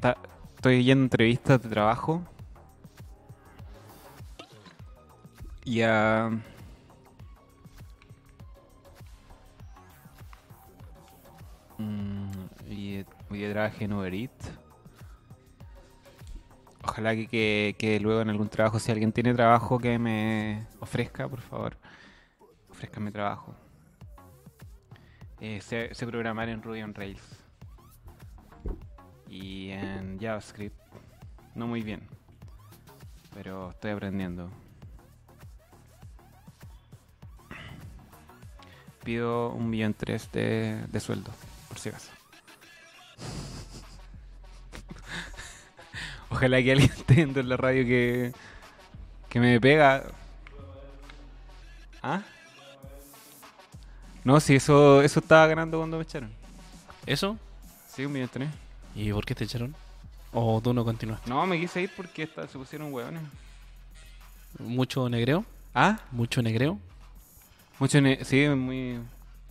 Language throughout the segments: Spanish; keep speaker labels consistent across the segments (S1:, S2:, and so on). S1: ta- estoy yendo a entrevistas de trabajo y ah, a... Mm, y eh, hoy día trabajé en Uber Eats. Ojalá que, que- que luego en algún trabajo, si alguien tiene trabajo, que me ofrezca, por favor. Ofrezcanme trabajo. Eh, sé, sé programar en Ruby on Rails. Y en JavaScript. No muy bien. Pero estoy aprendiendo. Pido un millón tres de, de sueldo, por si acaso. Ojalá que alguien esté dentro de la radio que, que me pega. ¿Ah? No, sí, eso, eso estaba ganando cuando me echaron.
S2: ¿Eso?
S1: Sí, un millón tres.
S2: ¿Y por qué te echaron? ¿O tú no continuaste?
S1: No, me quise ir porque esta- se pusieron hueones.
S2: ¿Mucho negreo?
S1: ¿Ah?
S2: ¿Mucho negreo?
S1: Mucho ne- sí, muy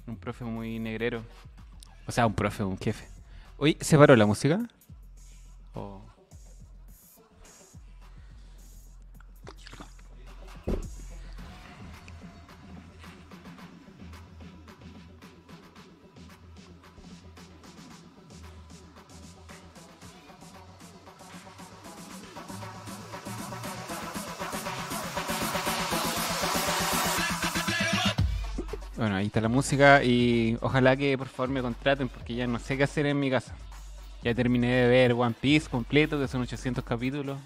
S1: un profe muy negrero. O sea, un profe, un jefe. Oye, ¿se paró la música? O- Bueno, ahí está la música y ojalá que por favor me contraten porque ya no sé qué hacer en mi casa. Ya terminé de ver One Piece completo, que son 800 capítulos.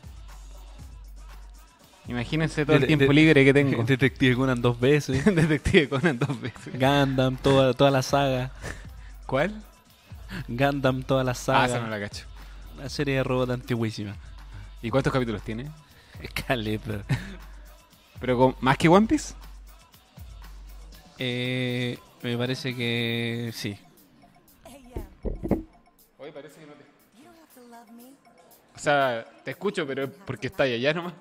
S1: Imagínense todo el
S2: De-
S1: tiempo
S2: de-
S1: libre que tengo.
S2: Detective Conan dos veces.
S1: Detective Conan dos veces.
S2: Gundam, toda, toda la saga.
S1: ¿Cuál?
S2: Gundam, toda la
S1: Ah, esa
S2: saga.
S1: no la cacho.
S2: Una serie de robots antiguísima.
S1: ¿Y cuántos capítulos tiene?
S2: Caleta.
S1: ¿Pero con- más que One Piece?
S2: Eh, me parece que sí.
S3: Hey, yeah.
S1: Oye, parece que no te...
S3: You don't have to love me.
S1: O sea, te escucho, pero es porque está allá nomás.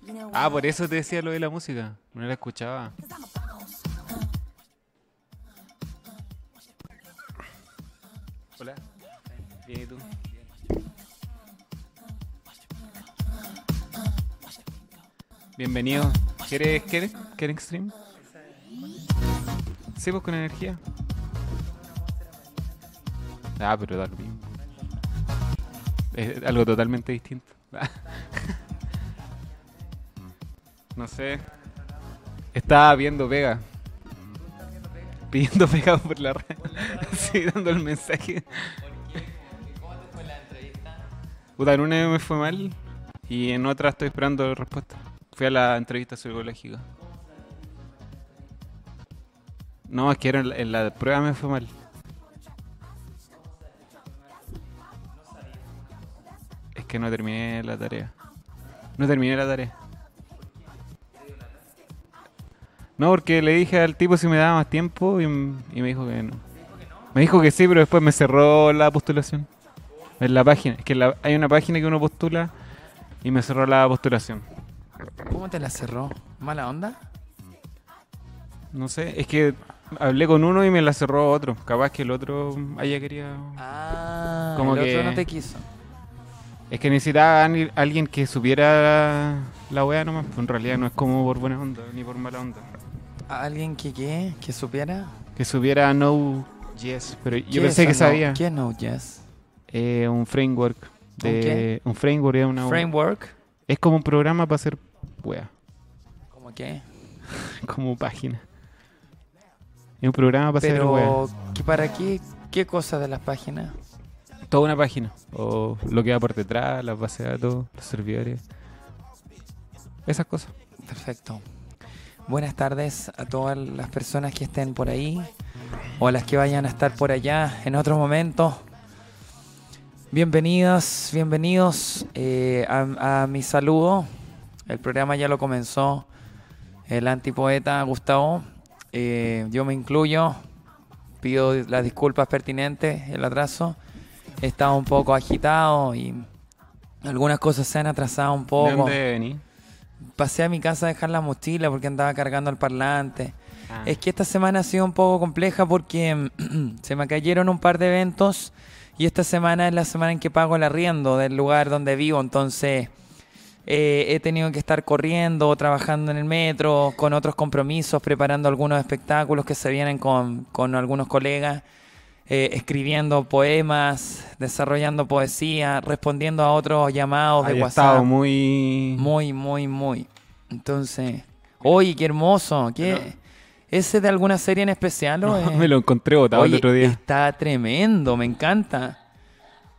S3: You know
S1: Ah, por eso te decía lo de la música. No la escuchaba.
S3: Cause I'm a boss.
S1: Hola. Bien, ¿y tú? Bienvenido. ¿Quieres, quieres, quieres stream? Sí, pues con energía. Ah, pero da lo mismo. Es algo totalmente distinto. No sé. Estaba viendo Vega. Pidiendo pegado por la red. Sí, dando el mensaje. Puta, en una me fue mal y en otra estoy esperando respuesta. Fui a la entrevista psicológica. No, es que era en la, en la prueba me fue mal. Es que no terminé la tarea. No terminé la tarea. No, porque le dije al tipo si me daba más tiempo y, m- y me dijo que no. Me dijo que sí, pero después me cerró la postulación. En la página. Es que la- hay una página que uno postula y me cerró la postulación.
S4: ¿Cómo te la cerró? ¿Mala onda?
S1: No sé, es que hablé con uno y me la cerró otro. Capaz que el otro haya quería...
S4: Ah,
S1: Como
S4: el
S1: que-
S4: otro no te quiso.
S1: Es que necesitaba a alguien- alguien que supiera la wea nomás. pues En realidad no es como por buena onda ni por mala onda.
S4: ¿Alguien que qué? ¿Que supiera?
S1: Que supiera No Yes, pero
S4: ¿Qué
S1: yo pensé
S4: es
S1: que
S4: o no?
S1: sabía.
S4: ¿Qué es no yes?
S1: Eh, un framework. De, ¿Un, framework es una
S4: Framework.
S1: Es como un programa para hacer wea,
S4: ¿Cómo qué?
S1: como página. Es un programa para hacer wea.
S4: Pero ¿qué- ¿para qué? ¿Qué cosa de las páginas?
S1: Toda una página. O lo que va por detrás, las bases de datos, los servidores. Esas cosas.
S4: Perfecto. Buenas tardes a todas las personas que estén por ahí o a las que vayan a estar por allá en otro momento. Bienvenidas, bienvenidos eh, a, a mi saludo. El programa ya lo comenzó el antipoeta Gustavo. Eh, yo me incluyo, pido las disculpas pertinentes, el atraso. He estado un poco agitado y algunas cosas se han atrasado un poco
S1: ¿De dónde venís?
S4: pasé a mi casa a dejar la mochila porque andaba cargando el parlante.
S1: Ah.
S4: Es que esta semana ha sido un poco compleja porque se me cayeron un par de eventos y esta semana es la semana en que pago el arriendo del lugar donde vivo, entonces eh, he tenido que estar corriendo, trabajando en el metro, con otros compromisos, preparando algunos espectáculos que se vienen con, con algunos colegas, eh, escribiendo poemas, desarrollando poesía, respondiendo a otros llamados de
S1: Había
S4: WhatsApp.
S1: estado Ah, muy...
S4: Muy, muy, muy. Entonces, oye, qué hermoso. ¿Qué? ¿Ese de alguna serie en especial o es?
S1: Me lo encontré botado
S4: Oye,
S1: el otro día.
S4: Está tremendo, me encanta.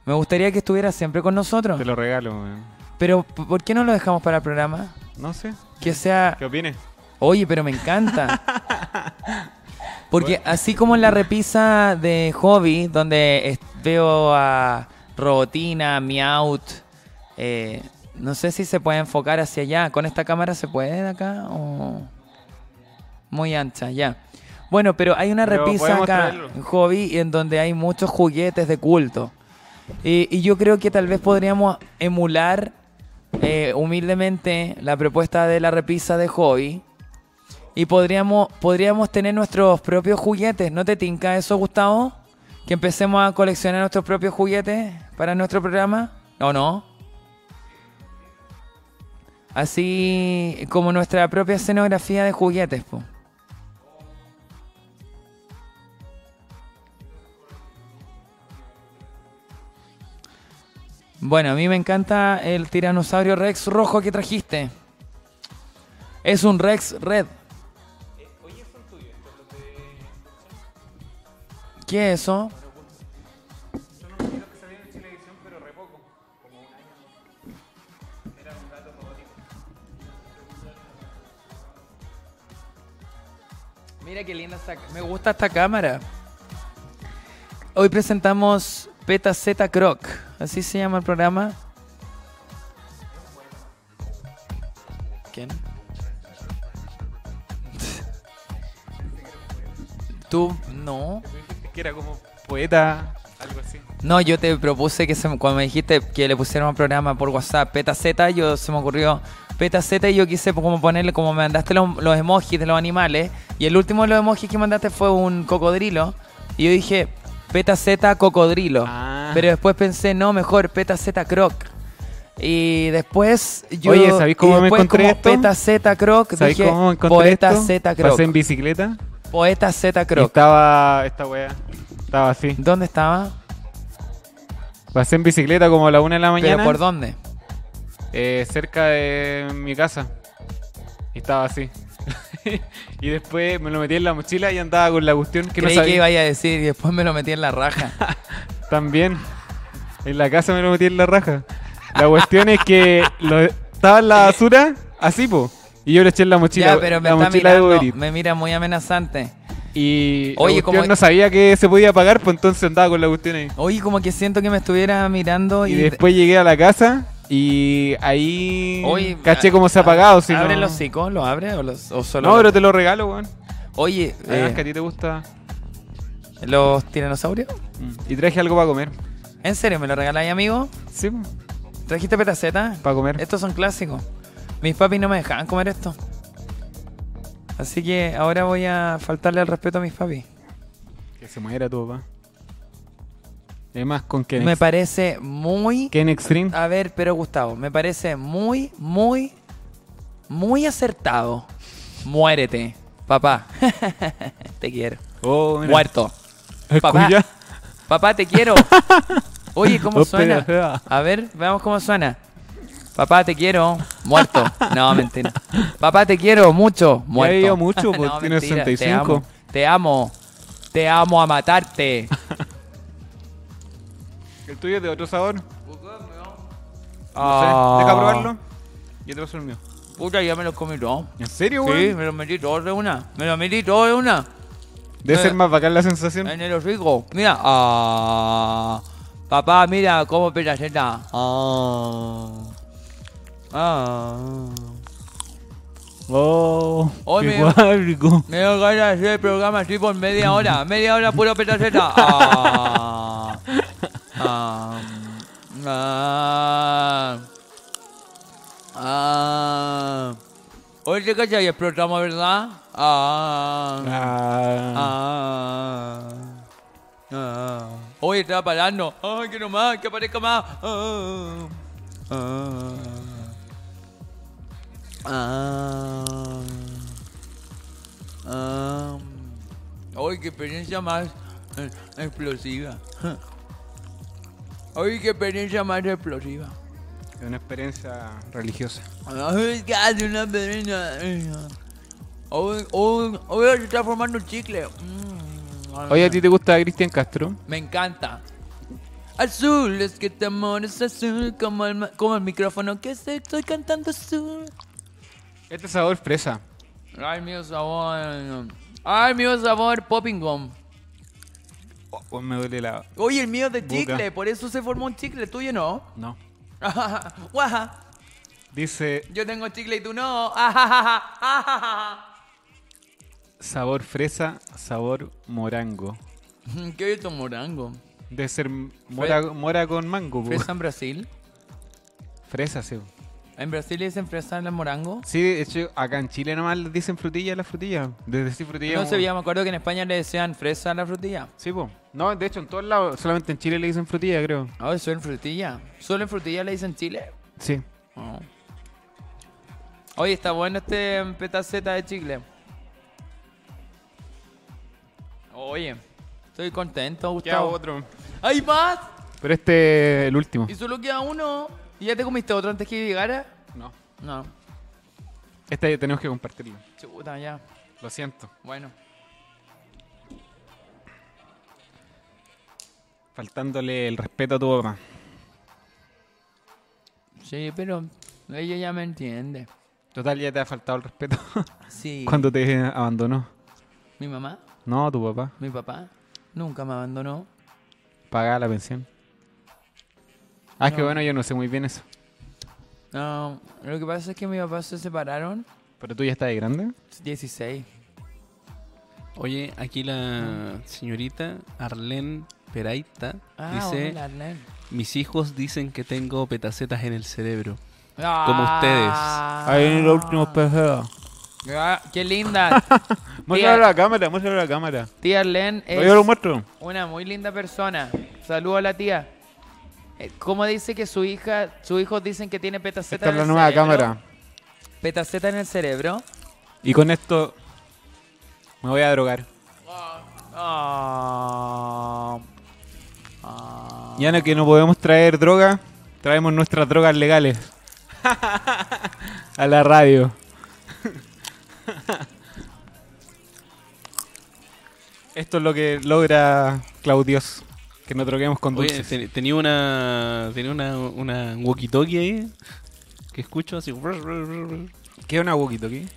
S4: Me gustaría que estuviera siempre con nosotros.
S1: Te lo regalo, weón.
S4: Pero, ¿p- ¿por qué no lo dejamos para el programa?
S1: No sé.
S4: Que sea.
S1: ¿Qué opinas?
S4: Oye, pero me encanta. Porque así como en la repisa de Hobby, donde es- veo a Robotina, Meowth, eh, no sé si se puede enfocar hacia allá. ¿Con esta cámara se puede de acá? O... Muy ancha, ya. Bueno, pero hay una
S1: Pero
S4: repisa
S1: podemos
S4: acá
S1: traerlo.
S4: en Hobby en donde hay muchos juguetes de culto. Y, y yo creo que tal vez podríamos emular eh, humildemente la propuesta de la repisa de Hobby. Y podríamos, podríamos tener nuestros propios juguetes. ¿No te tinca eso, Gustavo? Que empecemos a coleccionar nuestros propios juguetes para nuestro programa. ¿O no? Así como nuestra propia escenografía de juguetes, po. Bueno, a mí me encanta el tiranosaurio Rex rojo que trajiste. Es un Rex Red. ¿Qué es eso? Mira qué linda esta Me gusta esta cámara. Hoy presentamos Peta Z Croc. Así se llama el programa. ¿Quién? ¿Tú? No.
S1: Que era como poeta, algo así.
S4: No, yo te propuse que se me- cuando me dijiste que le pusieron un programa por WhatsApp, Peta Z, yo se me ocurrió Peta Z y yo quise como ponerle, como me mandaste los, los emojis de los animales, y el último de los emojis que mandaste fue un cocodrilo, y yo dije Peta Z cocodrilo,
S1: Ah.
S4: pero después pensé, no, mejor Peta Z croc. Y después yo.
S1: Oye, ¿sabéis cómo
S4: y
S1: me
S4: después
S1: encontré
S4: como
S1: esto?
S4: Peta Z croc,
S1: ¿Sabéis
S4: dije
S1: cómo encontré
S4: Poeta
S1: esto?
S4: Z
S1: Pasé en
S4: croc.
S1: bicicleta
S4: Poeta Z
S1: y
S4: croc.
S1: estaba esta weá. Estaba así.
S4: ¿Dónde estaba?
S1: Pasé en bicicleta como a la una de la mañana.
S4: ¿Pero por dónde?
S1: eh, cerca de mi casa. Y estaba así. y después me lo metí en la mochila y andaba con la cuestión que
S4: Creí
S1: no
S4: que
S1: sabía.
S4: iba a decir y después me lo metí en la raja.
S1: También. En la casa me lo metí en la raja. La cuestión es que lo, estaba en la basura, así po. Y yo lo eché en la mochila.
S4: ya, pero me
S1: la
S4: está
S1: mochila de Uber
S4: mirando,
S1: Eats.
S4: me mira muy amenazante.
S1: Y la
S4: Oye,
S1: cuestión
S4: como-
S1: no sabía que se podía pagar, pues entonces andaba con la cuestión ahí.
S4: Oye, como que siento que me estuviera mirando y,
S1: Y después llegué a la casa y ahí
S4: Oye,
S1: caché cómo se ha
S4: a-
S1: apagado. Si
S4: ¿Abre
S1: no...
S4: los hocico? ¿Lo abre o, los, o solo?
S1: No,
S4: lo-
S1: pero te Ah, lo regalo, weón.
S4: Oye,
S1: Además
S4: eh,
S1: que a ti te gusta. Mm.
S4: ¿los tiranosaurios?
S1: Y traje algo para comer.
S4: ¿En serio me lo regaláis, amigo?
S1: Sí, po,
S4: ¿Trajiste petaceta?
S1: para comer.
S4: Estos son clásicos. Mis papis no me dejaban comer esto. Así que ahora voy a faltarle al respeto a mis papis.
S1: Que se muera tu papá. Además, con Ken,
S4: Me Ah. parece muy
S1: Ken Extreme.
S4: A ver, pero Gustavo, me parece muy, muy, muy acertado. Muérete, papá. te quiero.
S1: Oh, mira.
S4: Muerto. papá.
S1: Escucha.
S4: Papá, te quiero. Oye, ¿cómo
S1: Oh,
S4: suena?
S1: pero-
S4: A ver, veamos cómo suena. Papá, te quiero. Muerto. No, mentira. Papá, te quiero mucho. Muerto.
S1: ido mucho, pues, tiene
S4: mentira, Te
S1: 65.
S4: amo. Te amo. Te amo a matarte.
S1: El tuyo es de otro sabor. No
S4: Ah.
S1: sé. Deja probarlo. Y otro es el mío.
S4: Puta, ya me lo comí todo.
S1: ¿En serio,
S4: Sí,
S1: weón?
S4: me lo metí todo de una. Me lo metí todo de una.
S1: Debe
S4: Eh.
S1: ser más bacán la sensación.
S4: En el rico. Mira. Ah, papá, mira cómo petaceta. Ah. Ah.
S1: Oh,
S4: Oh,
S1: qué
S4: meo.
S1: rico.
S4: Me dio ganas de hacer el programa así por media hora. Media hora puro petaceta. Ah. Ah. Ah. Ah. Oye, ¿qué cachai? Explotamos, ¿verdad? Ah,
S1: Ah.
S4: ah, ah. Oye, está parando. Ay, que no más, que aparezca más. Ah, ah, ah, ah. Oye, qué experiencia más eh, explosiva. Oye, qué experiencia más explosiva.
S1: Es una experiencia religiosa.
S4: Ay, ¿qué hace una perina? Hoy, hoy, hoy se está formando un chicle. Mm.
S1: Oye, ¿a ti te gusta Cristian Castro?
S4: Me encanta. Azul, es que te amor es azul, como el, ma- como el micrófono que se- estoy cantando azul.
S1: Este sabor fresa.
S4: Ay, mi sabor. Ay, mi sabor, popping gum.
S1: Oh, pues me duele la...
S4: Oye, el mío es de
S1: Buca.
S4: chicle, por eso se formó un chicle, tuyo no.
S1: No.
S4: Guaja,
S1: Dice
S4: Yo tengo chicle y tú no.
S1: sabor fresa, sabor morango.
S4: ¿Qué es esto, morango?
S1: Debe ser mora, mora con mango. po.
S4: ¿Fresa en Brasil?
S1: Fresa, sí.
S4: ¿En Brasil le dicen fresa en el morango?
S1: Sí, de hecho, acá en Chile nomás les dicen frutilla a las frutillas. Desde sí frutilla.
S4: No
S1: como-
S4: sé, ya me acuerdo que en España le decían fresa a la frutilla.
S1: Sí, po. No, de hecho, en todos lados, solamente en Chile le dicen frutilla, creo.
S4: Ah, eso en frutilla. ¿Solo en frutilla le dicen chile?
S1: Sí.
S4: Oh. Oye, está bueno este mm, petaceta de chicle. Oye, estoy contento, Gustavo.
S1: otro.
S4: ¡Hay más!
S1: Pero este es el último.
S4: Y solo queda uno. ¿Y ya te comiste otro antes que llegara?
S1: No.
S4: No.
S1: Este tenemos que compartirlo.
S4: Chuta, ya.
S1: Lo siento.
S4: Bueno.
S1: Faltándole el respeto a tu papá.
S4: Sí, pero ella ya me entiende.
S1: Total, ya te ha faltado el respeto
S4: Sí.
S1: cuando te abandonó.
S4: Mi mamá,
S1: No, tu papá.
S4: mi papá, nunca me abandonó.
S1: Pagaba la pensión. Ah, es que
S4: No.
S1: bueno, yo no sé muy bien eso.
S4: No, lo que pasa es que mis papás se separaron
S1: Pero tú ya estás de grande.
S4: 16.
S2: Oye, aquí la señorita Arlene Peraita
S4: Ah,
S2: dice:
S4: hola, Arlen.
S2: Mis hijos dicen que tengo petacetas en el cerebro.
S4: Ah.
S1: pejeos.
S4: Ah, qué linda.
S1: Muéstralo a la cámara, muéstralo a la cámara.
S4: tía Arlen
S1: No, Yo lo
S4: es
S1: muestro.
S4: una muy linda persona. Saludo a la tía. Eh, ¿Cómo dice que su hija, sus hijos dicen que tiene petaceta
S1: Esta es
S4: en
S1: la
S4: el
S1: nueva
S4: cerebro?
S1: cámara.
S4: ¿Petaceta en el cerebro?
S1: Y con esto me voy a drogar.
S4: Ah. Ah.
S1: Ya no que no podemos traer droga, traemos nuestras drogas legales. a la radio. Esto es lo que logra Claudios. Que nos droguemos con
S2: Oye,
S1: dulces.
S2: ten- tenía una, tenía una, una walkie-talkie ahí que escucho así. brr, brr, brr, brr.
S1: ¿Qué es una walkie-talkie?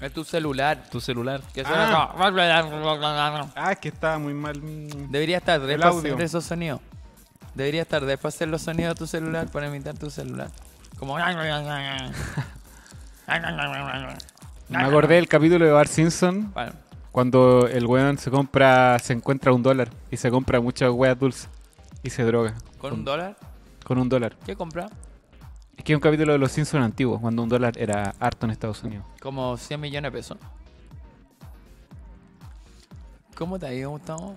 S4: Es tu celular.
S2: Tu celular.
S4: Que suena como-
S1: Ah, es que está muy mal. mi-
S4: Debería estar,
S1: El
S4: después
S1: audio.
S4: hacer esos sonidos. Debería estar, después hacer los sonidos de tu celular para imitar tu celular. Como.
S1: Me acordé del capítulo de Bart Simpson
S4: Bueno,
S1: cuando el weón se compra, se encuentra un dólar y se compra muchas weas dulces y se droga
S4: con un dólar,
S1: con un dólar.
S4: ¿qué compra?
S1: Es que es un capítulo de Los Simpsons antiguos, cuando un dólar era harto en Estados Unidos.
S4: Como 100 millones de pesos. ¿Cómo te ha ido, Gustavo?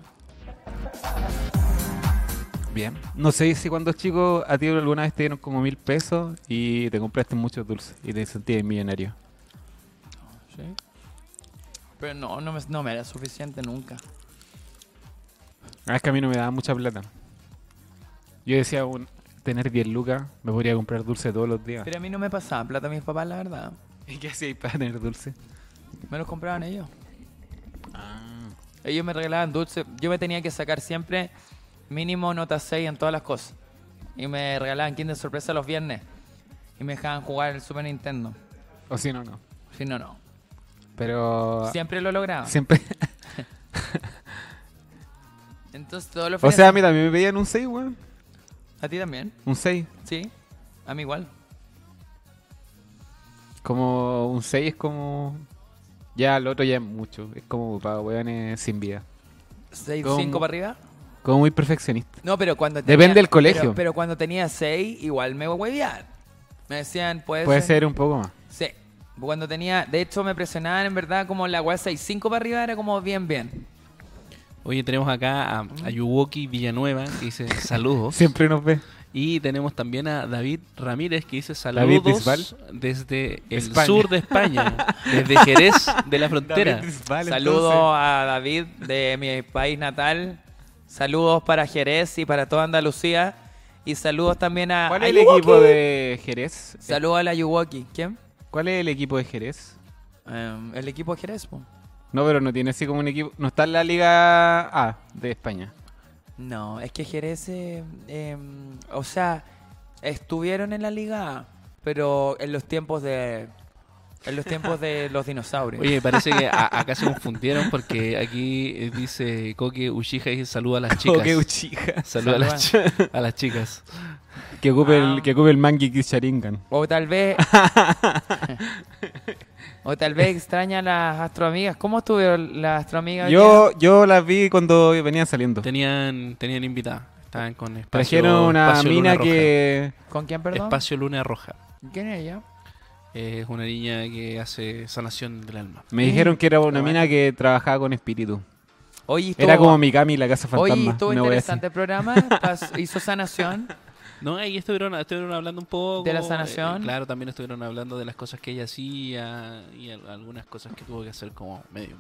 S1: Bien. No sé si cuando chico a ti alguna vez te dieron como mil pesos y te compraste muchos dulces y te sentías millonario.
S4: Sí. Pero no, no me, no me era suficiente nunca.
S1: Ah, es que a mí no me daba mucha plata. Yo decía, un- tener 10 lucas me podría comprar dulce todos los días.
S4: Pero a mí no me pasaba plata a mis papás, la verdad.
S1: ¿Y qué hacías para tener dulce?
S4: Me los compraban ellos.
S1: Ah.
S4: Ellos me regalaban dulces. Yo me tenía que sacar siempre mínimo nota 6 en todas las cosas. Y me regalaban Kinder Sorpresa los viernes. Y me dejaban jugar el Super Nintendo.
S1: O si no, no.
S4: Si no, no.
S1: Pero
S4: Siempre lo lograba.
S1: siempre...
S4: Entonces todos los
S1: o
S4: fines-
S1: sea, a mí también me pedían un 6, weón.
S4: ¿A ti también?
S1: Un 6.
S4: Sí. A mí igual.
S1: Como un 6 es como... Ya, el otro ya es mucho. Es como para weones sin vida.
S4: 6,
S1: ¿Cómo?
S4: 5 para arriba.
S1: Como muy perfeccionista.
S4: No, pero cuando
S1: Depende del colegio.
S4: Pero, pero cuando tenía 6, igual me hueveaban. Me decían, puede
S1: Puede
S4: ser.
S1: ser un poco más.
S4: Sí. Cuando tenía, de hecho me presionaban en verdad como la weá 6-5 para arriba era como bien, bien.
S2: Oye, tenemos acá a, a Yuwoki Villanueva que dice saludos.
S1: Mm. Siempre nos ve.
S2: Y tenemos también a David Ramírez que dice
S1: David
S2: saludos
S1: Bisbal.
S2: desde el
S1: España.
S2: sur de España, desde Jerez de la frontera.
S1: David Bisbal,
S4: Saludos
S1: entonces.
S4: a David de mi país natal. Saludos para Jerez y para toda Andalucía. Y saludos también a.
S1: ¿Cuál
S4: a
S1: es el
S4: Yuwoki.
S1: equipo de Jerez? Eh,
S4: Saludos a la Yuwoki. ¿Quién?
S1: ¿Cuál es el equipo de Jerez?
S4: Em, el equipo de Jerez. po.
S1: No, pero no tiene así como un equipo. No está en la Liga A de España.
S4: No, es que Jerez. eh, em, o sea, estuvieron en la Liga A, pero en los tiempos de. En los tiempos de los dinosaurios.
S2: Oye, parece que a- acá se confundieron porque aquí eh, dice Koke Ushija dice saluda a las chicas.
S1: Koke Uchiha.
S2: Saluda a las, chi- a las chicas.
S1: Que ocupe
S4: Ah.
S1: el, que ocupe el Mangi Kiss Sharingan.
S4: O tal vez. o tal vez extraña a las astroamigas. ¿Cómo estuvieron las astroamigas? hoy día?
S1: Yo, yo las vi cuando venían saliendo.
S2: Tenían, tenían invitada. Estaban con espacio,
S1: Trajeron una
S2: Espacio
S1: mina
S2: Luna
S1: que.
S4: ¿Con quién,
S2: Roja.
S4: perdón?
S2: Espacio Luna Roja.
S4: ¿Quién es ella?
S2: Es una niña que hace sanación del alma.
S1: Me dijeron que era una mina que trabajaba con espíritu.
S4: Hoy estuvo,
S1: Era como Mikami, la casa fantasma.
S4: hoy estuvo
S1: una wea así.
S4: interesante el programa. pas- hizo sanación.
S2: No, ahí estuvieron, estuvieron hablando un poco.
S4: De la sanación.
S2: eh, claro, también estuvieron hablando de las cosas que ella hacía y al- algunas cosas que tuvo que hacer como medio.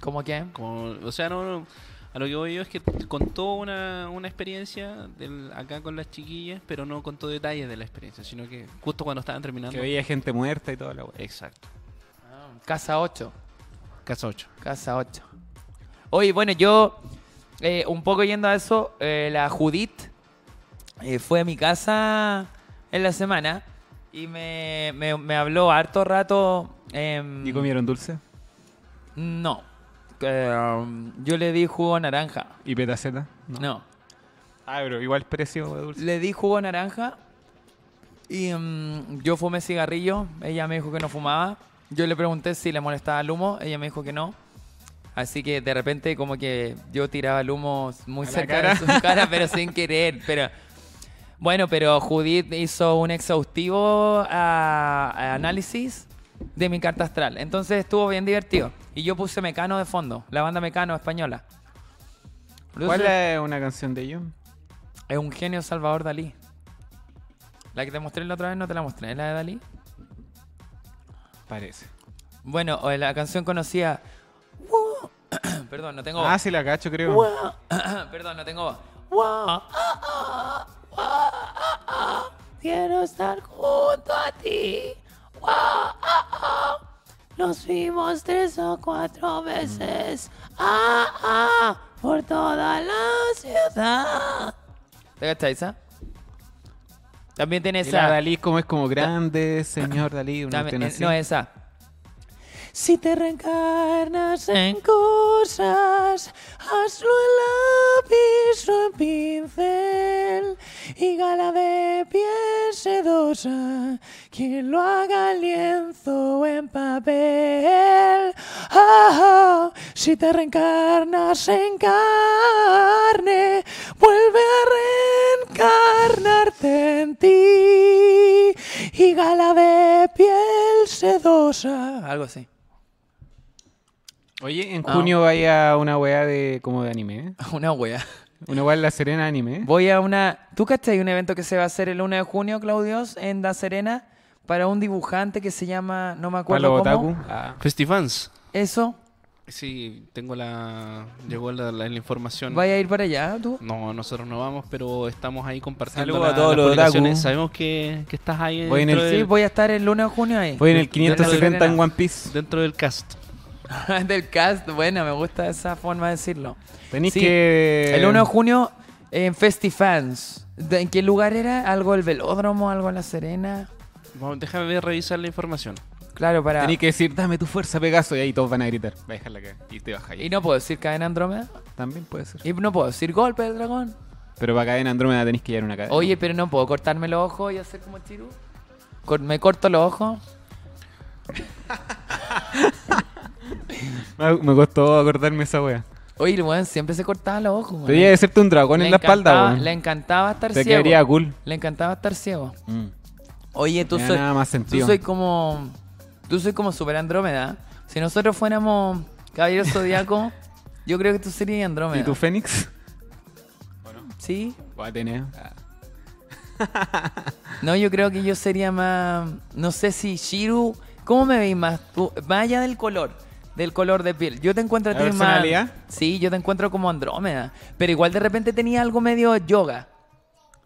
S4: ¿Cómo quién?
S2: Como, o sea, no, no, a lo que voy yo es que contó una, una experiencia del- acá con las chiquillas, pero no contó detalles de la experiencia, sino que justo cuando estaban terminando.
S1: Que veía gente muerta y toda la wea.
S2: Exacto.
S4: Casa 8.
S2: Casa 8.
S4: Casa 8. Oye, bueno, yo, eh, un poco yendo a eso, eh, la Judith eh, fue a mi casa en la semana y me, me- me habló harto rato. em,
S1: ¿Y comieron dulce?
S4: No. Que, um, yo le di jugo naranja.
S1: ¿Y petaceta?
S4: no.
S1: Ah, pero igual precio de dulce.
S4: Le di jugo de naranja y mm, yo fumé cigarrillo. Ella me dijo que no fumaba. Yo le pregunté si le molestaba el humo. Ella me dijo que no. Así que de repente como que yo tiraba el humo muy
S1: A la
S4: cerca
S1: cara.
S4: de su cara, pero sin querer. Pero bueno, pero Judith hizo un exhaustivo ah, análisis de mi carta astral. Entonces estuvo bien divertido. Y yo puse Mecano de fondo, la banda Mecano española.
S1: ¿Cuál es una canción de ellos?
S4: Es un genio Salvador Dalí. La que te mostré la otra vez no te la mostré, ¿es la de Dalí?
S1: Parece.
S4: Bueno, o la canción conocía. Perdón, no tengo
S1: Ah,
S4: voz.
S1: sí, la cacho, creo.
S4: Perdón, no tengo voz. Ah, Wow. ah, Quiero estar junto a ti. Wow, ah, ah. Nos vimos tres o cuatro veces. Ah, ah, por toda la ciudad. ¿Te cachai esa? También tiene
S1: Y
S4: esa.
S1: la Dalí como es como grande, señor Dalí, una
S4: Dame-
S1: cuestión
S4: eh,
S1: así.
S4: no, esa. Si te reencarnas en cosas, hazlo en lápiz o en pincel y gala de piel sedosa, quien lo haga en lienzo o en papel. Ah, ah, si te reencarnas en carne, vuelve a reencarnarte en ti y gala de piel sedosa. Algo así.
S1: Oye, en
S4: No.
S1: junio vaya una weá de como de anime. ¿eh?
S4: Una wea.
S1: Una weá de la Serena anime. ¿eh?
S4: Voy a una. ¿Tú cachai un evento que se va a hacer el 1 de junio, Claudios, en La Serena? Para un dibujante que se llama. No me
S1: Palo
S4: acuerdo.
S1: Otaku.
S4: Cómo.
S1: Ah.
S2: Festivans.
S4: Eso.
S2: Sí, tengo la. Llegó la, la- la información.
S4: ¿Vaya a ir para allá tú?
S2: No, nosotros no vamos, pero estamos ahí compartiendo
S1: Saludos a
S2: la-
S1: todos los
S2: las publicaciones.
S1: otaku.
S2: Sabemos que, que estás ahí
S1: Voy en
S2: dentro,
S1: el-
S4: Sí,
S2: del,
S4: voy a estar el 1 de junio ahí.
S1: Voy en el
S2: Dentro de la
S1: 570 en
S4: Serena.
S1: One Piece.
S2: dentro del cast.
S4: Del cast. Bueno, me gusta esa forma de decirlo.
S1: Tenéis
S4: Sí,
S1: que.
S4: El 1 de junio en Festifans. ¿De- ¿En qué lugar era? ¿Algo el velódromo? ¿Algo en La Serena?
S2: Vamos, déjame ver, revisar la información.
S4: Claro, para.
S1: Tenéis que decir, dame tu fuerza, Pegaso, y ahí todos van a gritar. Va a dejarla acá. Y te baja ahí.
S4: Y no puedo decir cadena Andrómeda.
S1: También puede ser.
S4: Y no puedo decir golpe del dragón.
S1: Pero para caer en Andrómeda tenéis que llevar una cadena.
S4: Oye, pero no puedo cortarme los ojos y hacer como Chiru. Cor- me corto los ojos.
S1: Me, me costó acordarme esa weá.
S4: Oye, el weón siempre se cortaba los ojos. weón.
S1: Debería de serte un dragón en la espalda,
S4: encantaba-
S1: weón.
S4: Le encantaba estar
S1: Te
S4: ciego.
S1: quedaría cool.
S4: Le encantaba estar ciego.
S1: Mm.
S4: Oye, tú
S1: Me da
S4: soy,
S1: nada más
S4: tú
S1: sentido.
S4: soy como Tú soy como Super Andrómeda. Si nosotros fuéramos Caballero Zodíaco, yo creo que tú serías Andrómeda.
S1: ¿Y tu Fénix?
S4: Sí.
S1: Va a tener.
S4: No, yo creo que yo sería más. No sé si Shiru. ¿Cómo me veis más? Tú, más allá del color. Del color de piel. Yo te encuentro a
S1: ¿La
S4: ti más.
S1: personalidad?
S4: Sí, yo te encuentro como Andrómeda. Pero igual de repente tenía algo medio yoga.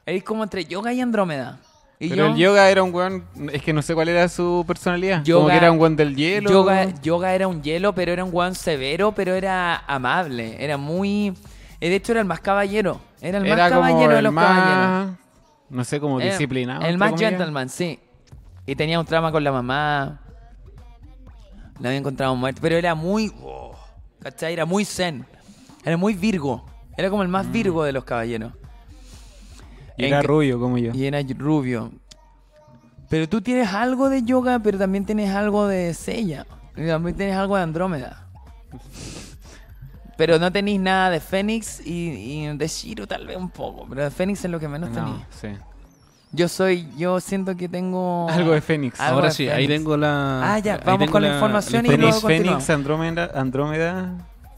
S4: Eres como entre yoga y Andrómeda. Y
S1: Pero
S4: yo,
S1: el yoga era un weón. Es que no sé cuál era su personalidad. Como
S4: Yoga-
S1: que era un weón del hielo.
S4: Yoga, yoga era un hielo, pero era un guan severo, pero era amable. Era muy. eh, De hecho, era el más caballero. Era el más
S1: Era
S4: caballero
S1: como
S4: de
S1: el
S4: los caballeros.
S1: más. No sé, como
S4: Era
S1: disciplinado.
S4: Em, El
S1: entre
S4: más
S1: comillas.
S4: gentleman, sí. Y tenía un trama con la mamá. La había encontrado muerta. Pero era muy. oh, ¿Cachai? Era muy zen. Era muy virgo. Era como el
S1: Mm.
S4: más virgo de los caballeros.
S1: Y era
S4: En-
S1: rubio como yo.
S4: y era rubio. Pero tú tienes algo de yoga, pero también tienes algo de sella. Y también tienes algo de Andrómeda. Pero no tenéis nada de Fénix y, y de Shiro tal vez un poco. Pero de Fénix es lo que menos
S1: No,
S4: tenía.
S1: sí.
S4: Yo soy, yo siento que tengo...
S1: Algo de Fénix.
S4: Oh. Algo
S2: Ahora
S4: de
S2: sí,
S4: Fénix.
S2: ahí tengo la.
S4: Ah, ya,
S2: ahí
S4: vamos
S2: tengo
S4: con la información y
S1: Fénix,
S4: luego continuamos.
S1: Fénix, Andrómeda. Andrómeda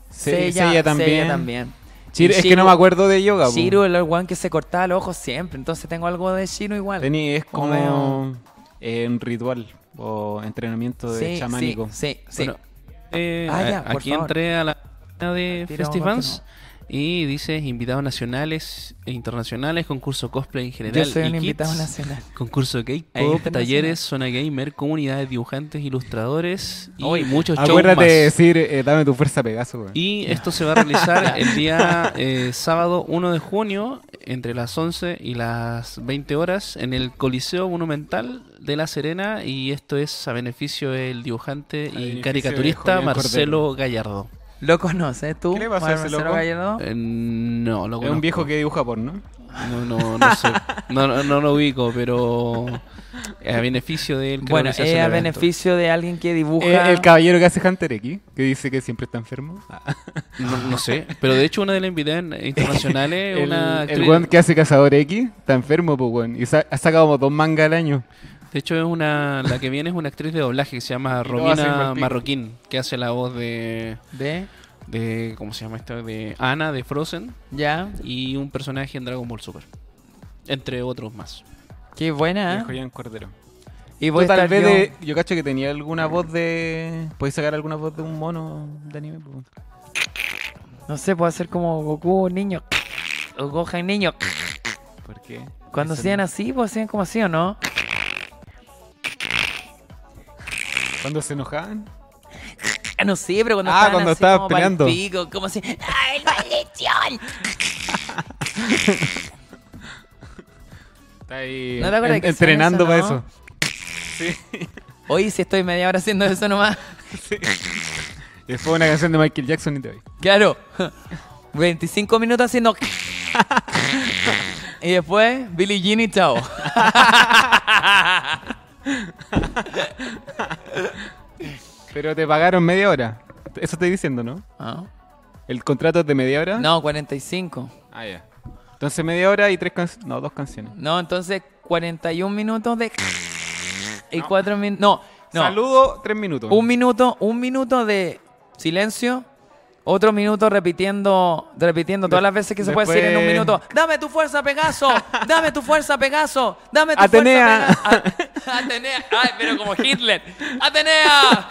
S1: se-
S4: Sella,
S1: Sella también.
S4: Sella también.
S1: Chir-
S4: Y
S1: es que
S4: Shiro-
S1: no me acuerdo de yoga. po.
S4: Shiro el one que se cortaba los ojos siempre. Entonces tengo algo de Shiro igual.
S1: Tení- es como
S4: Como-
S1: eh, un ritual o entrenamiento de
S4: sí,
S1: chamánico.
S4: Sí, sí, sí.
S2: Bueno, eh,
S4: Ah, ya,
S2: a-
S4: por
S2: aquí
S4: favor.
S2: entré a la página de
S4: Al tiro,
S2: Festivans y dice invitados nacionales e internacionales, concurso cosplay en general.
S4: Yo soy
S2: y
S4: un
S2: kids,
S4: invitado nacional.
S2: Concurso
S4: E
S2: K-pop,
S4: internacional.
S2: talleres, zona gamer, comunidades, dibujantes, ilustradores y
S4: Oye,
S2: muchos shows
S1: Acuérdate de
S2: más.
S1: decir, eh, dame tu fuerza, Pegaso. weón.
S2: Y esto se va a realizar el día eh, sábado 1 de junio, entre las 11 y las 20 horas, en el Coliseo Monumental de La Serena. Y esto es a beneficio del dibujante
S1: beneficio de
S2: y caricaturista
S1: Julián
S2: Marcelo Gallardo.
S4: ¿Lo conoces tú?
S1: ¿Qué le pasó a ese
S4: Marcelo
S1: loco?
S4: Gallardo?
S2: Eh, no, lo
S1: Es un
S2: conozco.
S1: viejo que dibuja porno.
S2: No, no, no sé. No, no, no lo ubico, pero a beneficio de él. creo
S4: Bueno,
S2: que se hace
S4: es
S2: el
S4: a
S2: evento.
S4: beneficio de alguien que dibuja.
S1: Eh, el caballero que hace Hunter X, que dice que siempre está enfermo. Ah.
S2: No, no sé. Pero de hecho, una de las invitadas internacionales,
S1: Ah, el
S2: una
S1: el
S2: actriz-
S1: weón que hace Cazador X está enfermo, pues, weón. Y sa- ha sacado como dos mangas al año.
S2: De hecho, es una, la que viene es una actriz de doblaje que se llama
S1: lo hacen
S2: Romina
S1: mal pico.
S2: Marroquín, que hace la voz de,
S4: de.
S2: de. ¿Cómo se llama esta? De Ana de Frozen
S4: Ya.
S2: y un personaje en Dragon Ball Super. Entre otros más.
S4: Qué buena. ¿eh?
S1: Julián Cordero.
S4: Y voy a
S1: tal
S4: estar
S1: vez
S4: yo.
S1: de- yo cacho que tenía alguna voz de. ¿Podéis sacar alguna voz de un mono de anime? po?
S4: No sé, puedo hacer como Goku niño. O Gohan niño.
S1: ¿Por qué?
S4: Cuando
S1: Eso
S4: sean
S1: no.
S4: así, pues sean como así o no.
S1: Cuando se enojaban.
S4: Ah, No sé, pero cuando
S1: Ah,
S4: estaban
S1: cuando
S4: así
S1: estabas
S4: como pa'l
S1: peleando.
S4: pico, como así. ¡Ah, el maldición!
S1: Está ahí
S4: ¿No te acuerdas
S1: en-
S4: que hacían
S1: entrenando
S4: eso,
S1: para
S4: no?
S1: eso.
S4: Hoy si estoy media hora haciendo eso nomás.
S1: Y fue una canción de Michael Jackson y te voy.
S4: Claro. 25 minutos haciendo. y después, Billie Jean y chao.
S1: Pero te pagaron media hora. Eso estoy diciendo, ¿no?
S4: Ah.
S1: ¿El contrato es de media hora?
S4: No, 45.
S1: Ah, ya. Entonces media hora y tres canciones. No, dos canciones.
S4: No, entonces 41 minutos de. Y 4 minutos. No, no.
S1: Saludo, tres minutos.
S4: Un minuto, un minuto de silencio. Otro minuto repitiendo, repitiendo todas
S1: De-
S4: las veces que se puede
S1: después-
S4: decir en un minuto. Dame tu fuerza, Pegaso. Dame tu fuerza, Pegaso. Dame tu
S1: Atenea.
S4: fuerza, Pegaso. A- Atenea. Ay, pero como Hitler. Atenea.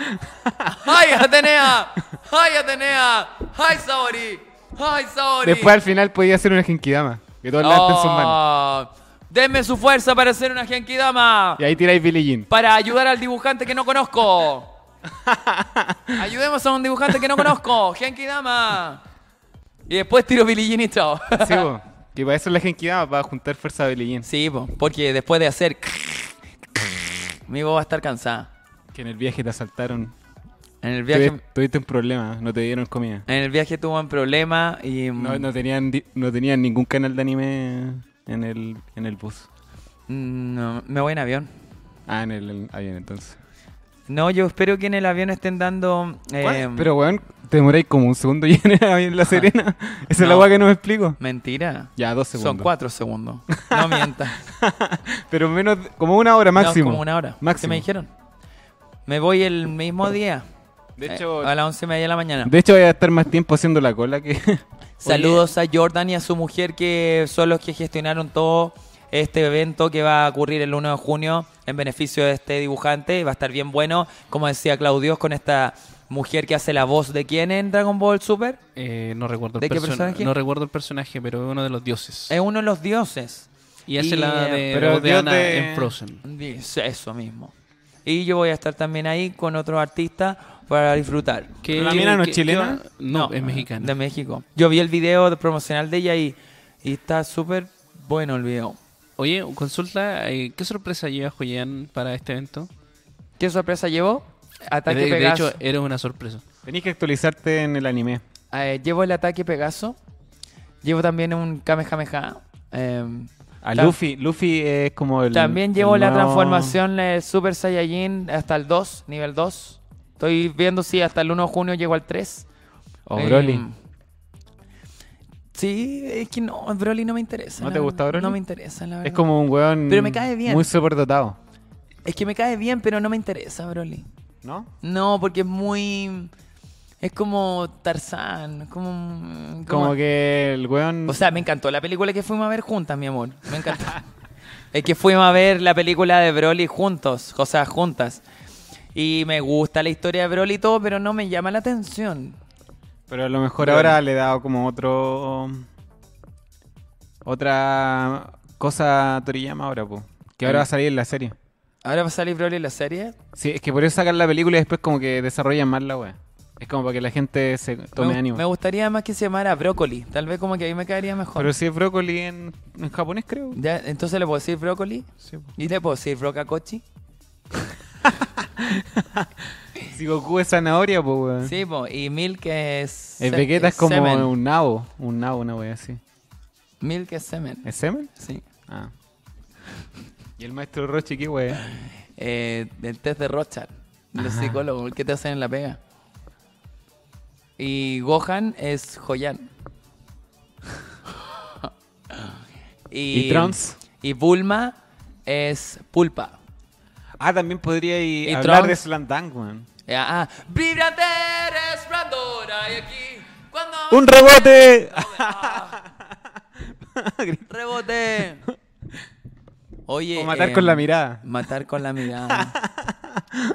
S4: Ay, Atenea. Ay, Atenea. Ay, Saori. Ay, Saori.
S1: Después al final podía hacer una genkidama. Que todos la hacen en sus manos.
S4: Oh, Denme su fuerza para ser una Genkidama.
S1: Y ahí tiráis Billie Jean.
S4: Para ayudar al dibujante que no conozco. Ayudemos a un dibujante que no conozco. Genkidama. Y después tiro Billie Jean y chao.
S1: Sí, po. Que para eso es la genkidama, para juntar fuerza a Billie Jean.
S4: Sí, po, porque después de hacer... Mi voz va a estar cansada.
S1: Que en el viaje te asaltaron.
S4: En el viaje,
S1: Tuvi- Tuviste un problema, no te dieron comida.
S4: en el viaje tuvo un problema y... mm,
S1: No, no tenían, di- no tenían ningún canal de anime en el, en el bus.
S4: Mm, no, me voy en avión.
S1: Ah, en el, el avión entonces.
S4: No, yo espero que en el avión estén dando... eh,
S1: Pero weón, te demoráis como un segundo y en el avión en La Serena. Esa es la
S4: No.
S1: weá que Ah. no me explico.
S4: Mentira.
S1: Ya, dos segundos.
S4: Son cuatro segundos. No mientas.
S1: Pero menos, como una hora
S4: No,
S1: máximo.
S4: como una hora. ¿Qué
S1: Máximo.
S4: me dijeron? Me voy el mismo día.
S1: De
S4: eh,
S1: hecho,
S4: a las once y media de la mañana.
S1: de hecho voy a estar más tiempo haciendo la cola que...
S4: Saludos a Jordan y a su mujer que son los que gestionaron todo este evento que va a ocurrir el 1 de junio en beneficio de este dibujante. Va a estar bien bueno, como decía Claudio, con esta mujer que hace la voz de quién en Dragon Ball Super.
S2: Eh, no recuerdo el
S4: ¿De qué
S2: persona-
S4: personaje?
S2: No recuerdo el personaje, pero es uno de los dioses.
S4: Es uno de los dioses.
S2: y hace
S4: y,
S2: la
S4: eh,
S2: de,
S1: pero
S2: voz de
S1: dios
S2: Ana
S1: de-
S2: en Frozen.
S4: Dice Eso mismo. Y yo voy a estar también ahí con otro artista para disfrutar.
S2: ¿Qué-
S1: ¿La mina no es
S2: qué-
S1: chilena?
S2: qué va- No, es mexicana.
S4: De México. Yo vi el video promocional de ella y, y está súper bueno el video.
S2: Oye, consulta, eh, ¿qué sorpresa lleva Julián para este evento? Eh,
S4: ¿Qué sorpresa llevó? Ataque
S2: de, de
S4: Pegaso.
S2: hecho, era una sorpresa.
S1: Tenés que actualizarte en el anime.
S4: Eh, llevo el ataque Pegaso. Llevo también un Kamehameha. eh,
S1: A
S4: Ta-
S1: Luffy, Luffy es como el...
S4: también llevo
S1: el
S4: la
S1: nuevo-
S4: transformación del Super Saiyajin hasta el 2, nivel 2. Estoy viendo si hasta el 1 de junio llego al 3.
S1: O Oh, Broly.
S4: Eh, sí, es que no, Broly no me interesa.
S1: ¿No
S4: la
S1: te
S4: verdad.
S1: gusta Broly?
S4: No me interesa, la verdad.
S1: es como un weón
S4: Pero me cae bien.
S1: muy superdotado,
S4: Es que me cae bien, pero no me interesa Broly.
S1: ¿no?
S4: No, porque es muy... Es como Tarzán, es como... mm, como-
S1: Como que el weón...
S4: O sea, me encantó la película que fuimos a ver juntas, mi amor. Me encantó. es que fuimos a ver la película de Broly juntos, o sea, juntas. Y me gusta la historia de Broly y todo, pero no me llama la atención.
S1: Pero a lo mejor
S4: Pero-
S1: ahora le he dado como otro. Otra cosa a Toriyama ahora, po. Que ahora va a salir en la serie.
S4: Ahora va a salir Broly en la serie.
S1: Sí, es que por eso sacan la película y después como que desarrollan más la wea. Es como para que la gente se tome
S4: me,
S1: ánimo.
S4: me gustaría más que se llamara Brócoli. Tal vez como que ahí me caería mejor.
S1: Pero si es brócoli en, en japonés, creo.
S4: Ya, entonces le puedo decir Brócoli
S1: Sí, po.
S4: y le puedo decir Brocacochi.
S1: Si Goku es zanahoria, po, weón.
S4: Sí, po, y Milk es.
S1: Ah. El
S4: se-
S1: Vegeta es como
S4: semen.
S1: un nabo. Un nabo, una wea así.
S4: Milk es semen.
S1: ¿Es semen?
S4: Sí.
S1: Ah. Y el maestro Rochi, qué wea.
S4: eh, del test de Rothschild, de los
S1: Ajá.
S4: psicólogos, el que te hacen en la pega. Y Gohan es Joyan.
S1: ¿Y, Trunks?
S4: Y Bulma es Pulpa.
S1: Ah, también podría
S4: ¿Y
S1: hablar de
S4: Trunks?
S1: Slam Dunk, weón.
S4: Eh, ah, ah, brillante resplandor hay aquí. Cuando
S1: ¡Un rebote!
S4: rebote. Oye.
S1: o matar
S4: eh,
S1: con la mirada.
S4: Matar con la mirada.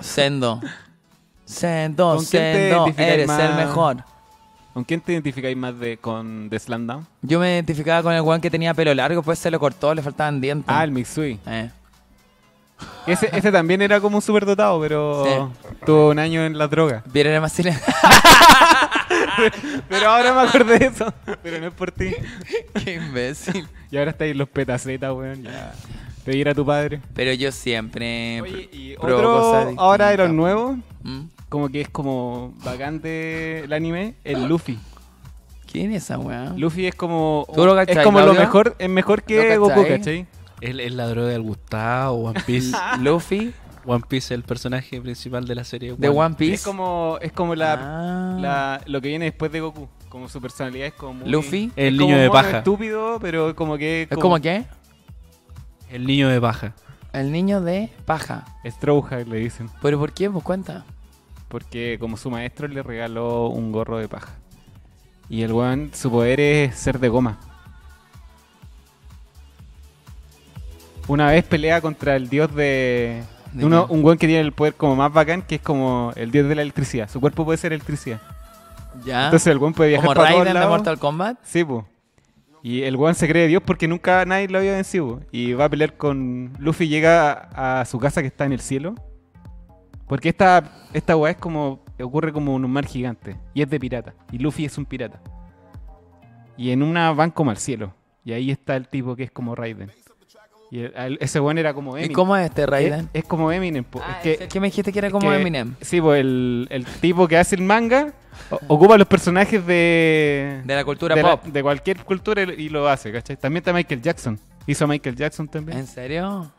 S4: Sendo. Sendo,
S1: ¿Con quién te
S4: sendo.
S1: identificas
S4: Eres el
S1: más?
S4: mejor.
S1: ¿Con quién te identificáis más de con The Slam Down?
S4: Yo me identificaba con el guan que tenía pelo largo, pues se lo cortó, le faltaban dientes.
S1: Ah, el Mitsui.
S4: Eh.
S1: Ese, ese también era como un superdotado, pero tuvo un año en la droga.
S4: Vieron el Maciel?
S1: Pero ahora me acordé de eso. Pero no es por ti.
S4: Qué imbécil.
S1: Y ahora estáis los petacetas, weón. Ya. Pedir a tu padre.
S4: Pero yo siempre.
S1: Oye, y
S4: pruebo
S1: otro
S4: cosas
S1: ahora de los
S4: distintas.
S1: nuevos,
S4: ¿Mm?
S1: como que es como vacante el anime, el Luffy.
S4: ¿Quién es esa weá?
S1: Luffy es como
S4: ¿Tú lo
S1: es
S4: cachai,
S1: como lo
S4: Claudio?
S1: mejor, es mejor que
S4: ¿Lo
S1: Goku,
S4: cachai?
S1: ¿cachai?
S2: Es, es la droga del Gustavo, One Piece.
S4: Luffy
S2: One Piece es el personaje principal de la serie.
S4: de One Piece.
S1: Es como es como la
S4: Ah.
S1: la- lo que viene después de Goku. Como su personalidad es como muy-
S4: Luffy,
S1: es
S2: el
S1: como
S2: niño de
S1: mono
S2: paja.
S1: estúpido, pero como que...
S4: ¿Es como qué?
S2: El niño de paja.
S4: El niño de paja.
S1: Strouhak le dicen.
S4: ¿Pero por qué? Pues cuenta.
S1: Porque como su maestro le regaló un gorro de paja. Y el weón, su poder es ser de goma. Una vez pelea contra el dios de...
S4: ¿De
S1: de uno,
S4: qué?
S1: un weón que tiene el poder como más bacán, que es como el dios de la electricidad. Su cuerpo puede ser electricidad.
S4: Ya.
S1: Entonces el weón puede viajar
S4: Ah. como
S1: para todos
S4: Raiden de
S1: lados.
S4: Mortal Kombat.
S1: Sí, po. Y el weón se cree Dios porque nunca nadie lo había vencido. po. Y va a pelear con. Luffy llega a, a su casa que está en el cielo. Porque esta, esta weá es como. ocurre como en un mar gigante. Y es de pirata. Y Luffy es un pirata. Y en una van como al cielo. Y ahí está el tipo que es como Raiden. Y el- al- ese weón era como Eminem.
S4: ¿Y cómo es este
S1: es,
S4: Raiden?
S1: es como Eminem, po.
S4: Ah,
S1: es que,
S4: el que me dijiste que era como
S1: que-
S4: Eminem.
S1: Sí, pues el, el tipo que hace el manga o- ocupa los personajes de.
S4: De la cultura
S1: de la-
S4: pop.
S1: de cualquier cultura y lo- y lo hace, ¿cachai? También está Michael Jackson. Hizo a Michael Jackson también.
S4: ¿En serio?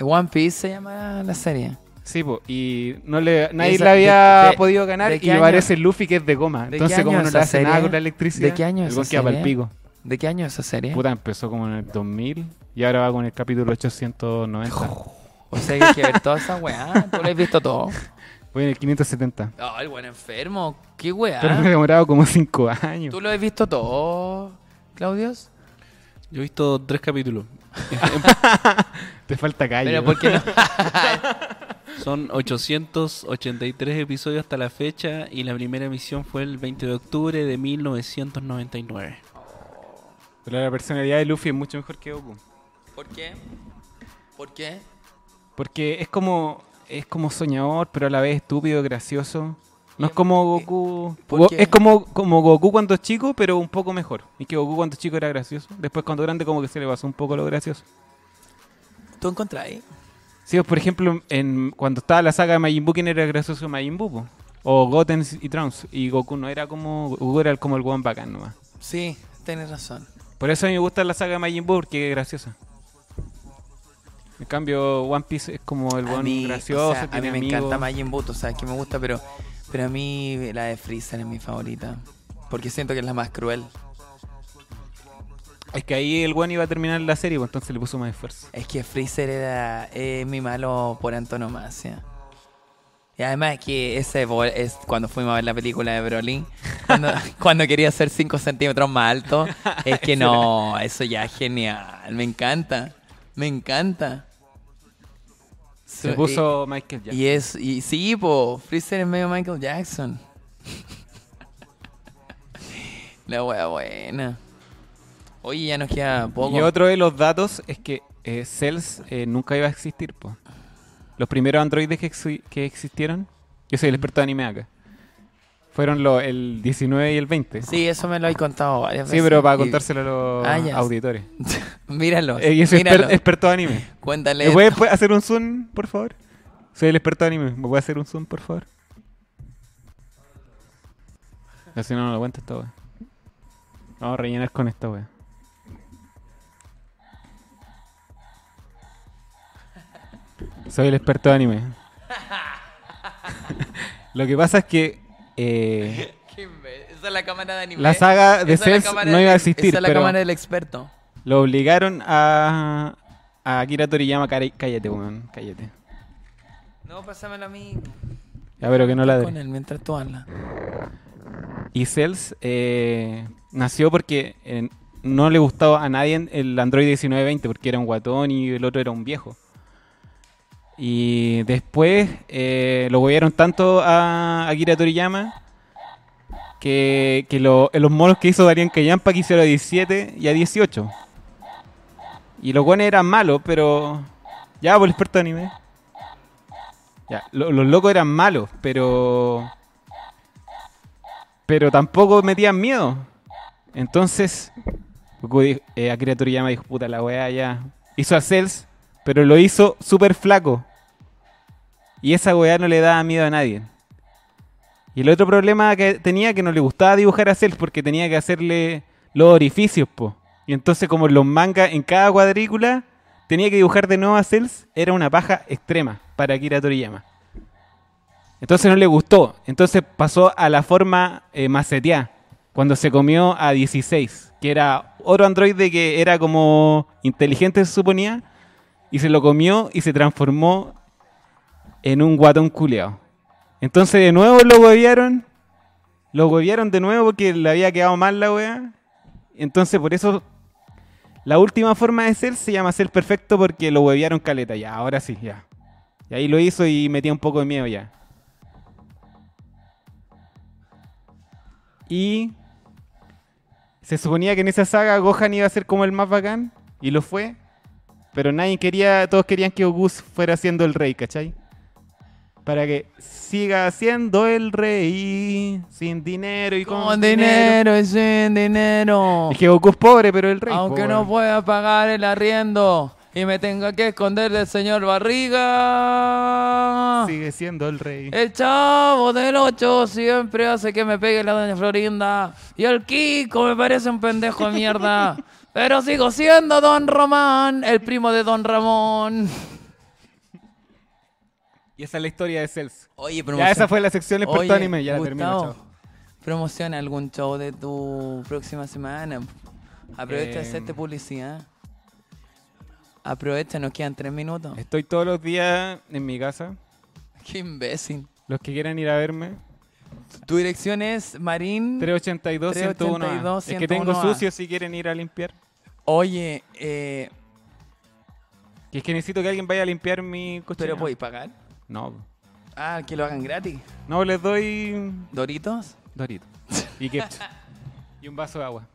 S4: One Piece se llama la serie.
S1: Sí, po, y no le, nadie
S4: Esa-
S1: le había
S4: de- de-
S1: podido ganar
S4: ¿de qué
S1: y
S4: año?
S1: parece Luffy que es de goma.
S4: ¿De qué
S1: Entonces,
S4: año
S1: como no
S4: esa
S1: le hace nada
S4: serie?
S1: con la electricidad,
S4: ¿De qué año
S1: el
S4: esa
S1: weón queda pa'l
S4: serie?
S1: pico.
S4: ¿De qué año es esa serie?
S1: Puta, empezó como en el 2000 y ahora va con el capítulo 890.
S4: O sea, que hay que ver toda esa weá. Tú lo has visto todo.
S1: Voy en el 570.
S4: Ay, bueno, enfermo. Qué
S1: Pero me he
S4: weá.
S1: demorado como 5 años.
S4: Ah. ¿Tú lo has visto todo, Claudios?
S2: Yo he visto tres capítulos.
S1: Te falta calle.
S4: Pero
S1: ¿no?
S4: ¿por qué no?
S2: Son 883 episodios hasta la fecha y la primera emisión fue el 20 de octubre de 1999.
S1: Pero la personalidad de Luffy es mucho mejor que Goku.
S4: ¿Por qué? ¿Por qué?
S1: Porque es como es como soñador, pero a la vez estúpido, gracioso. No es como Goku.
S4: Eh, ¿Por
S1: Go-
S4: qué?
S1: es como, como Goku cuando es chico, pero un poco mejor. Y que Goku cuando chico era gracioso. Después cuando grande como que se le pasó un poco lo gracioso.
S4: ¿Tú encontráis?
S1: Sí, por ejemplo, en, cuando estaba la saga de Majin Buu, ¿quién era gracioso Majin Buu? po? O Goten y Trunks. Y Goku no era como... Goku era como el guan bacán nomás.
S4: Sí, tienes razón.
S1: Por eso a mí me gusta la saga de Majin Buu, porque es graciosa. En cambio, One Piece es como el
S4: a
S1: buen
S4: mí,
S1: gracioso,
S4: o sea, a mí
S1: tiene
S4: me
S1: amigos.
S4: encanta Majin Buu, o sea, que me gusta, pero, pero a mí la de Freezer es mi favorita. Porque siento que es la más cruel.
S1: Es que ahí el buen iba a terminar la serie, pues entonces le puso más esfuerzo.
S4: Es que Freezer era eh, mi malo por antonomasia. Y además que ese bol- es cuando fuimos a ver la película de Broly, cuando, cuando quería ser 5 centímetros más alto, es que no, eso ya es genial, me encanta, me encanta.
S1: Se
S4: Su-
S1: puso Michael
S4: y-
S1: Jackson.
S4: y es, y sí, po, Freezer es medio Michael Jackson. La wea buena. Oye, ya nos queda poco.
S1: Y otro de los datos es que eh, Cells eh, nunca iba a existir. po. Los primeros androides que, exi- que existieron, yo soy el experto de anime acá, fueron los el 19 y el 20. Sí,
S4: Sí, eso me lo he contado varias veces.
S1: pero para
S4: Y-
S1: contárselo a los
S4: Ah, ya.
S1: auditores.
S4: Míralo.
S1: Eh, yo soy exper-
S4: míralo.
S1: experto de anime.
S4: Cuéntale.
S1: ¿Me
S4: esto.
S1: puedes hacer un zoom, por favor? Soy el experto de anime. ¿Me puedes hacer un zoom, por favor? Así no, no lo aguanta esta wea. Vamos a rellenar con esta wea. Soy el experto de anime. lo que pasa es que eh,
S4: Qué imbécil. Esa es la cámara de anime.
S1: la saga de
S4: Esa es la
S1: Cells
S4: cámara
S1: no
S4: del-
S1: iba a existir,
S4: Esa es la
S1: pero
S4: cámara del experto.
S1: lo obligaron a, a Akira Toriyama. Care- Cállate, weón, cállate.
S4: No, pásamelo a mí.
S1: Ya, pero que no la
S4: Con él mientras tú hablas.
S1: Y Cells eh, nació porque eh, no le gustaba a nadie el Android 1920 porque era un guatón y el otro era un viejo. Y después eh, lo huevieron tanto a Akira Toriyama que, que lo- los monos que hizo Darían Callampa quisieron a 17 y a 18. Y los guanes eran malos, pero. Ya, por el experto de anime. Ya, lo- los locos eran malos, pero pero tampoco metían miedo. Entonces, Goku dijo- eh, Akira Toriyama dijo, puta la weá ya. Hizo a Cells, pero lo hizo súper flaco. Y esa weá no le daba miedo a nadie. Y el otro problema que tenía que no le gustaba dibujar a Cells porque tenía que hacerle los orificios, po. Y entonces como en los mangas en cada cuadrícula tenía que dibujar de nuevo a Cells, era una paja extrema para Akira Toriyama. Entonces no le gustó. Entonces pasó a la forma eh, maceteá, cuando se comió a 16, que era otro androide que era como inteligente, se suponía, y se lo comió y se transformó en un guatón culeado. Entonces de nuevo lo huevearon, lo huevearon de nuevo porque le había quedado mal la wea. Entonces por eso la última forma de ser se llama ser perfecto porque lo huevearon caleta, ya, ahora sí, ya. Y ahí lo hizo y metía un poco de miedo ya. Y se suponía que en esa saga Gohan iba a ser como el más bacán, y lo fue. Pero nadie quería, todos querían que Goku fuera siendo el rey, ¿cachai? Para que siga siendo el rey, sin dinero y con,
S4: Con dinero y sin dinero.
S1: Es que Goku es pobre, pero el rey.
S4: Aunque
S1: po,
S4: no
S1: weón.
S4: pueda pagar el arriendo y me tenga que esconder del señor Barriga.
S1: Sigue siendo el rey.
S4: El chavo del 8 siempre hace que me pegue la doña Florinda. Y el Kiko me parece un pendejo de mierda. Pero sigo siendo Don Román, el primo de Don Ramón.
S1: Y esa es la historia de Cells.
S4: Oye,
S1: Ya esa fue la sección experto
S4: Oye,
S1: anime, ya la termino,
S4: Gustavo,
S1: chao.
S4: Promociona algún show de tu próxima semana. Aprovecha de
S1: Em.
S4: hacerte publicidad. Aprovecha, nos quedan tres minutos.
S1: Estoy todos los días en mi casa.
S4: Qué imbécil.
S1: Los que quieran ir a verme,
S4: Tu dirección es Marín.
S1: 382 101
S4: 382,
S1: Es que tengo
S4: 101A.
S1: sucio si quieren ir a limpiar.
S4: Oye, eh,
S1: Y es que necesito que alguien vaya a limpiar mi coche.
S4: ¿pero pues, podéis pagar?
S1: No.
S4: Ah, que lo hagan gratis.
S1: No, les doy
S4: ¿Doritos?
S1: Dorito. Y ketchup. y un vaso de agua.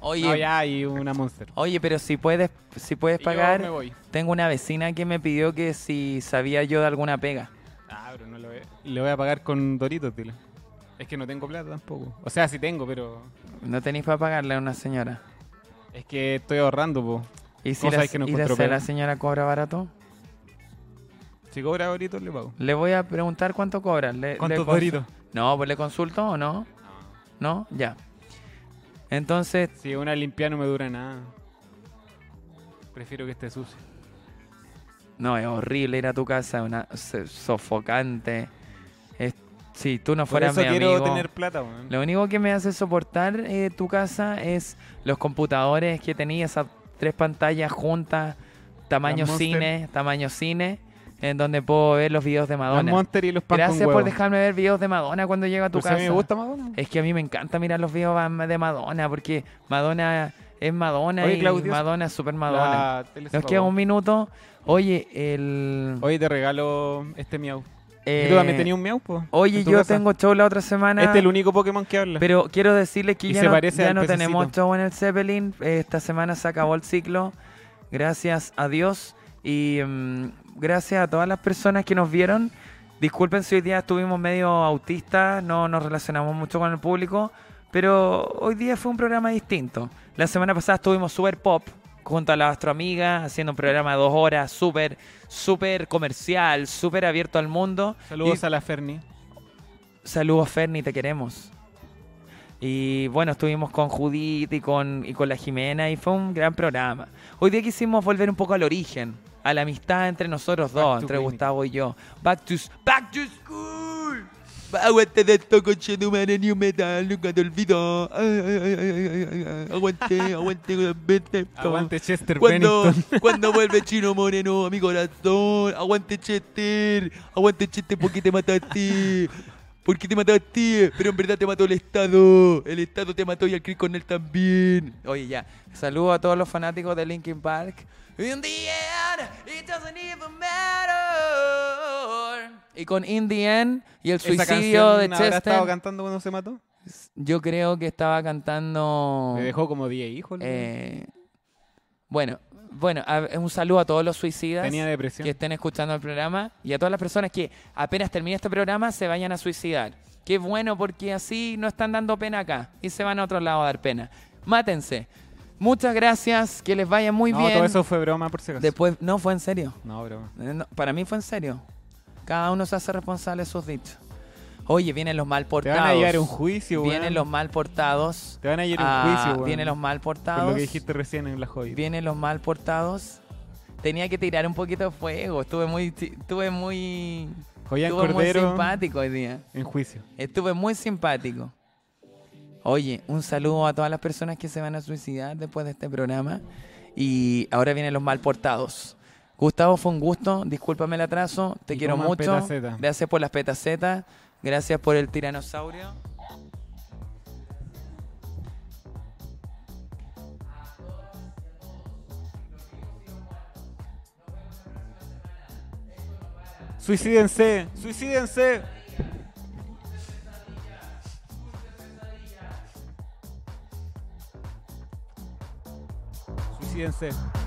S4: Oye,
S1: No, ya, y una Monster.
S4: oye, pero si puedes, si puedes
S1: Y yo
S4: pagar.
S1: me voy.
S4: Tengo una vecina que me pidió que si sabía yo de alguna pega.
S1: Ah, pero no lo voy a... Le voy a pagar con Doritos, dile. Es que no tengo plata tampoco. O sea, sí tengo, pero...
S4: No tenéis para pagarle a una señora.
S1: Es que estoy ahorrando, po.
S4: ¿Y si,
S1: ¿Cómo
S4: la,
S1: sabes que no
S4: y
S1: encuentro
S4: la- si
S1: pega?
S4: la señora cobra barato?
S1: Si cobra Doritos, le pago.
S4: Le voy a preguntar cuánto cobra. Le, le
S1: ¿Cuántos
S4: consu-
S1: Doritos?
S4: No, pues le consulto o no. No, ya. Entonces,
S1: Si una limpia no me dura nada. Prefiero que esté sucio.
S4: no, es horrible ir a tu casa, una se- sofocante. Es- si tú no
S1: Por
S4: fueras
S1: eso
S4: mi
S1: quiero
S4: amigo,
S1: tener plata, weón.
S4: lo único que me hace soportar eh, tu casa es los computadores que tenía, esas tres pantallas juntas, tamaño
S1: Las Monster.
S4: cine, tamaño cine, en donde puedo ver los videos de
S1: Los
S4: Madonna.
S1: Monster y los pan
S4: Gracias
S1: con huevo.
S4: por dejarme ver videos de Madonna cuando llego a tu
S1: Pero si
S4: casa.
S1: a mí me gusta Madonna.
S4: Es que a mí me encanta mirar los videos ma- de Madonna, porque Madonna es Madonna
S1: Oye,
S4: y
S1: Claudio,
S4: Madonna es super Madonna.
S1: La tele se
S4: Nos
S1: apagó.
S4: queda un minuto. Oye, el...
S1: Oye, te regalo este miau.
S4: eh,
S1: ¿Tú también tenías un miau, po?
S4: Oye,
S1: en tu
S4: yo
S1: casa?
S4: tengo show la otra semana.
S1: Este es el único Pokémon que habla.
S4: Pero quiero decirles que
S1: Y
S4: ya
S1: se
S4: no,
S1: parece
S4: ya
S1: al
S4: no
S1: pececito.
S4: tenemos show en el Zeppelin. Esta semana se acabó el ciclo. Gracias a Dios y mm, gracias a todas las personas que nos vieron. Disculpen si hoy día estuvimos medio autistas, no nos relacionamos mucho con el público, pero hoy día fue un programa distinto. La semana pasada estuvimos super pop junto a la astroamiga, haciendo un programa de dos horas, súper, súper comercial, súper abierto al mundo.
S1: Saludos
S4: Y-
S1: a la Ferni.
S4: Saludos, Ferni, te queremos. Y bueno, estuvimos con Judith y con, y con la Jimena y fue un gran programa. Hoy día quisimos volver un poco al origen, a la amistad entre nosotros
S1: Back to
S4: dos, entre
S1: clinic.
S4: Gustavo y yo. Back to, back to school. Aguante de esto, coche número New Metal, nunca te olvido. Ay, ay, ay, ay, ay, ay, ay. Aguante, aguante, aguante.
S1: Aguante Chester
S4: Cuando,
S1: Bennington.
S4: cuando vuelve Chino Moreno a mi corazón, aguante Chester, aguante Chester porque te mataste, porque te mataste, pero en verdad te mató el Estado, el Estado te mató y al Chris Cornell también. Oye ya, saludo a todos los fanáticos de Linkin Park. In the end, it doesn't even matter. Y con In the End y el
S1: Esa
S4: suicidio
S1: canción
S4: de
S1: habrá estado
S4: Chester,
S1: cantando cuando se mató?
S4: yo creo que estaba cantando...
S1: Me dejó como 10 hijos. la verdad.
S4: Eh, bueno, bueno, a- eh, un saludo a todos los suicidas
S1: Tenía depresión.
S4: que estén escuchando el programa y a todas las personas que apenas termine este programa se vayan a suicidar. Qué bueno porque así no están dando pena acá y se van a otro lado a dar pena. Mátense. Muchas gracias, que les vaya muy
S1: no,
S4: bien.
S1: todo eso fue broma por si acaso.
S4: Después, no fue en serio.
S1: No, broma.
S4: Eh, no, para mí fue en serio. Cada uno se hace responsable de sus dichos. Oye, vienen los mal
S1: Te
S4: portados.
S1: van a llevar a un juicio, weón.
S4: Vienen los mal portados.
S1: Te van a llevar a
S4: Ah,
S1: un juicio, weón.
S4: Vienen los mal portados.
S1: Por lo que dijiste recién en la joya.
S4: Vienen los mal portados. Tenía que tirar un poquito de fuego. Estuve muy. chi- Estuve muy.
S1: Joyan
S4: estuve muy
S1: Cordero
S4: simpático hoy día.
S1: en juicio.
S4: Estuve muy simpático. Oye, un saludo a todas las personas que se van a suicidar después de este programa. Y ahora vienen los mal portados. Gustavo, fue un gusto. Discúlpame el atraso. Te
S1: Y
S4: quiero
S1: coman
S4: mucho.
S1: petaceta.
S4: Gracias por las petacetas. Gracias por el tiranosaurio.
S1: Suicídense, suicídense. Suicídense.